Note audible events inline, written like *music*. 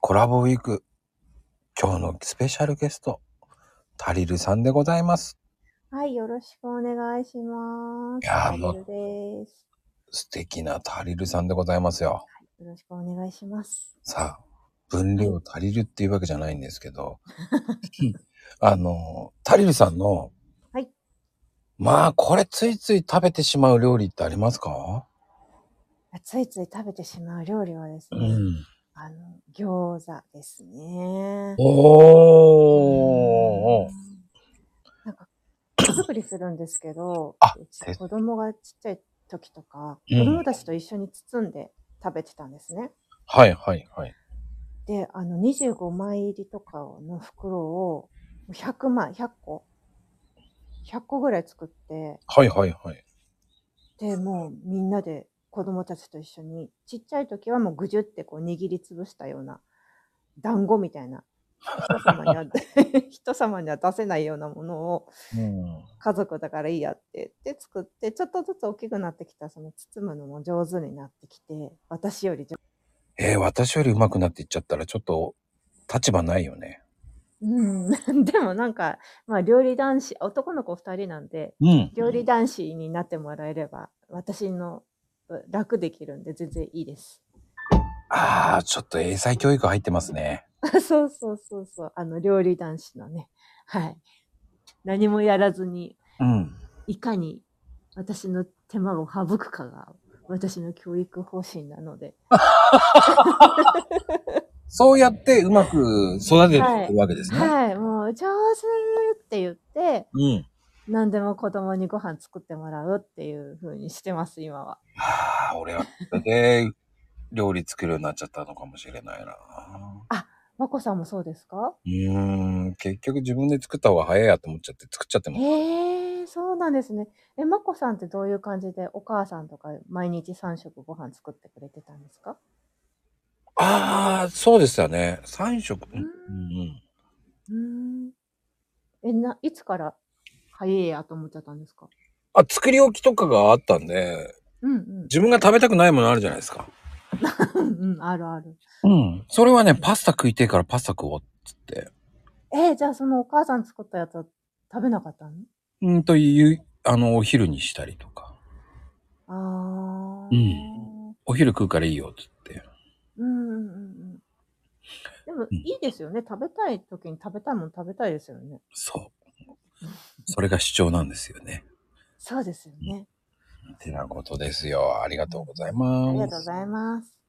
コラボウィーク。今日のスペシャルゲスト、タリルさんでございます。はい、よろしくお願いします。いやータリルです。素敵なタリルさんでございますよ。よろしくお願いします。さあ、分量足りるっていうわけじゃないんですけ *laughs* ど、あの、タリルさんの、はいまあ、これついつい食べてしまう料理ってありますかついつい食べてしまう料理はですうね、。あの、餃子ですね。おー。なんか、手作りするんですけど、あうち手子供がちっちゃい時とか、うん子供たちと一緒に包んで食べてたんですね。はいはいはい。で、あの、25枚入りとかの袋を、100枚、100個、100個ぐらい作って、はいはいはい。でもうみんなで子供たちと一緒にちっちゃい時はもうぐじゅってこう握りつぶしたような団子みたいな人様には *laughs* 人様には出せないようなものをうん。家族だからいいやってで作ってちょっとずつ大きくなってきたその包むのも上手になってきて私より上えー、私より上手くなっていっちゃったらちょっと立場ないよね。うん *laughs* でもなんか、まあ、料理男子男の子2人なんでうん料理男子になってもらえれば私のう楽できるんで全然いいです。ああ、ちょっと英才教育入ってますね。 *laughs* そうそうそうそう。あの、料理男子のね。はい。何もやらずに、うん。いかに私の手間を省くかが、私の教育方針なので。そうやってうまく育ててるわけですね。はい。もう、上手って言って、うん。何でも子供にご飯作ってもらうっていう風にしてます、今は。ああ、俺はそれで料理作るようになっちゃったのかもしれないな。まこさんもそうですかうーん、結局自分で作った方が早いやと思っちゃって作っちゃっても。へえ、そうなんですね。え、まこさんってどういう感じでお母さんとか毎日3食ご飯作ってくれてたんですかああ、そうですよね。3食。うんんうん、うーんえ、な、いつから早いやと思っちゃったんですかあ、作り置きとかがあったんで、うんうん。自分が食べたくないものあるじゃないですか。うんうん、あるある。うん。それはね、パスタ食いてえからパスタ食おうっつって。えじゃあそのお母さん作ったやつは食べなかったのうんという、あの、お昼にしたりとか。あうー。んお昼食うからいいよっつって。うんうんうんうん。でも、んいいですよね。食べたい時に食べたいもの食べたいですよね。そう。それが主張なんですよね。そうですよね。てなことですよ。ありがとうございます。ありがとうございます。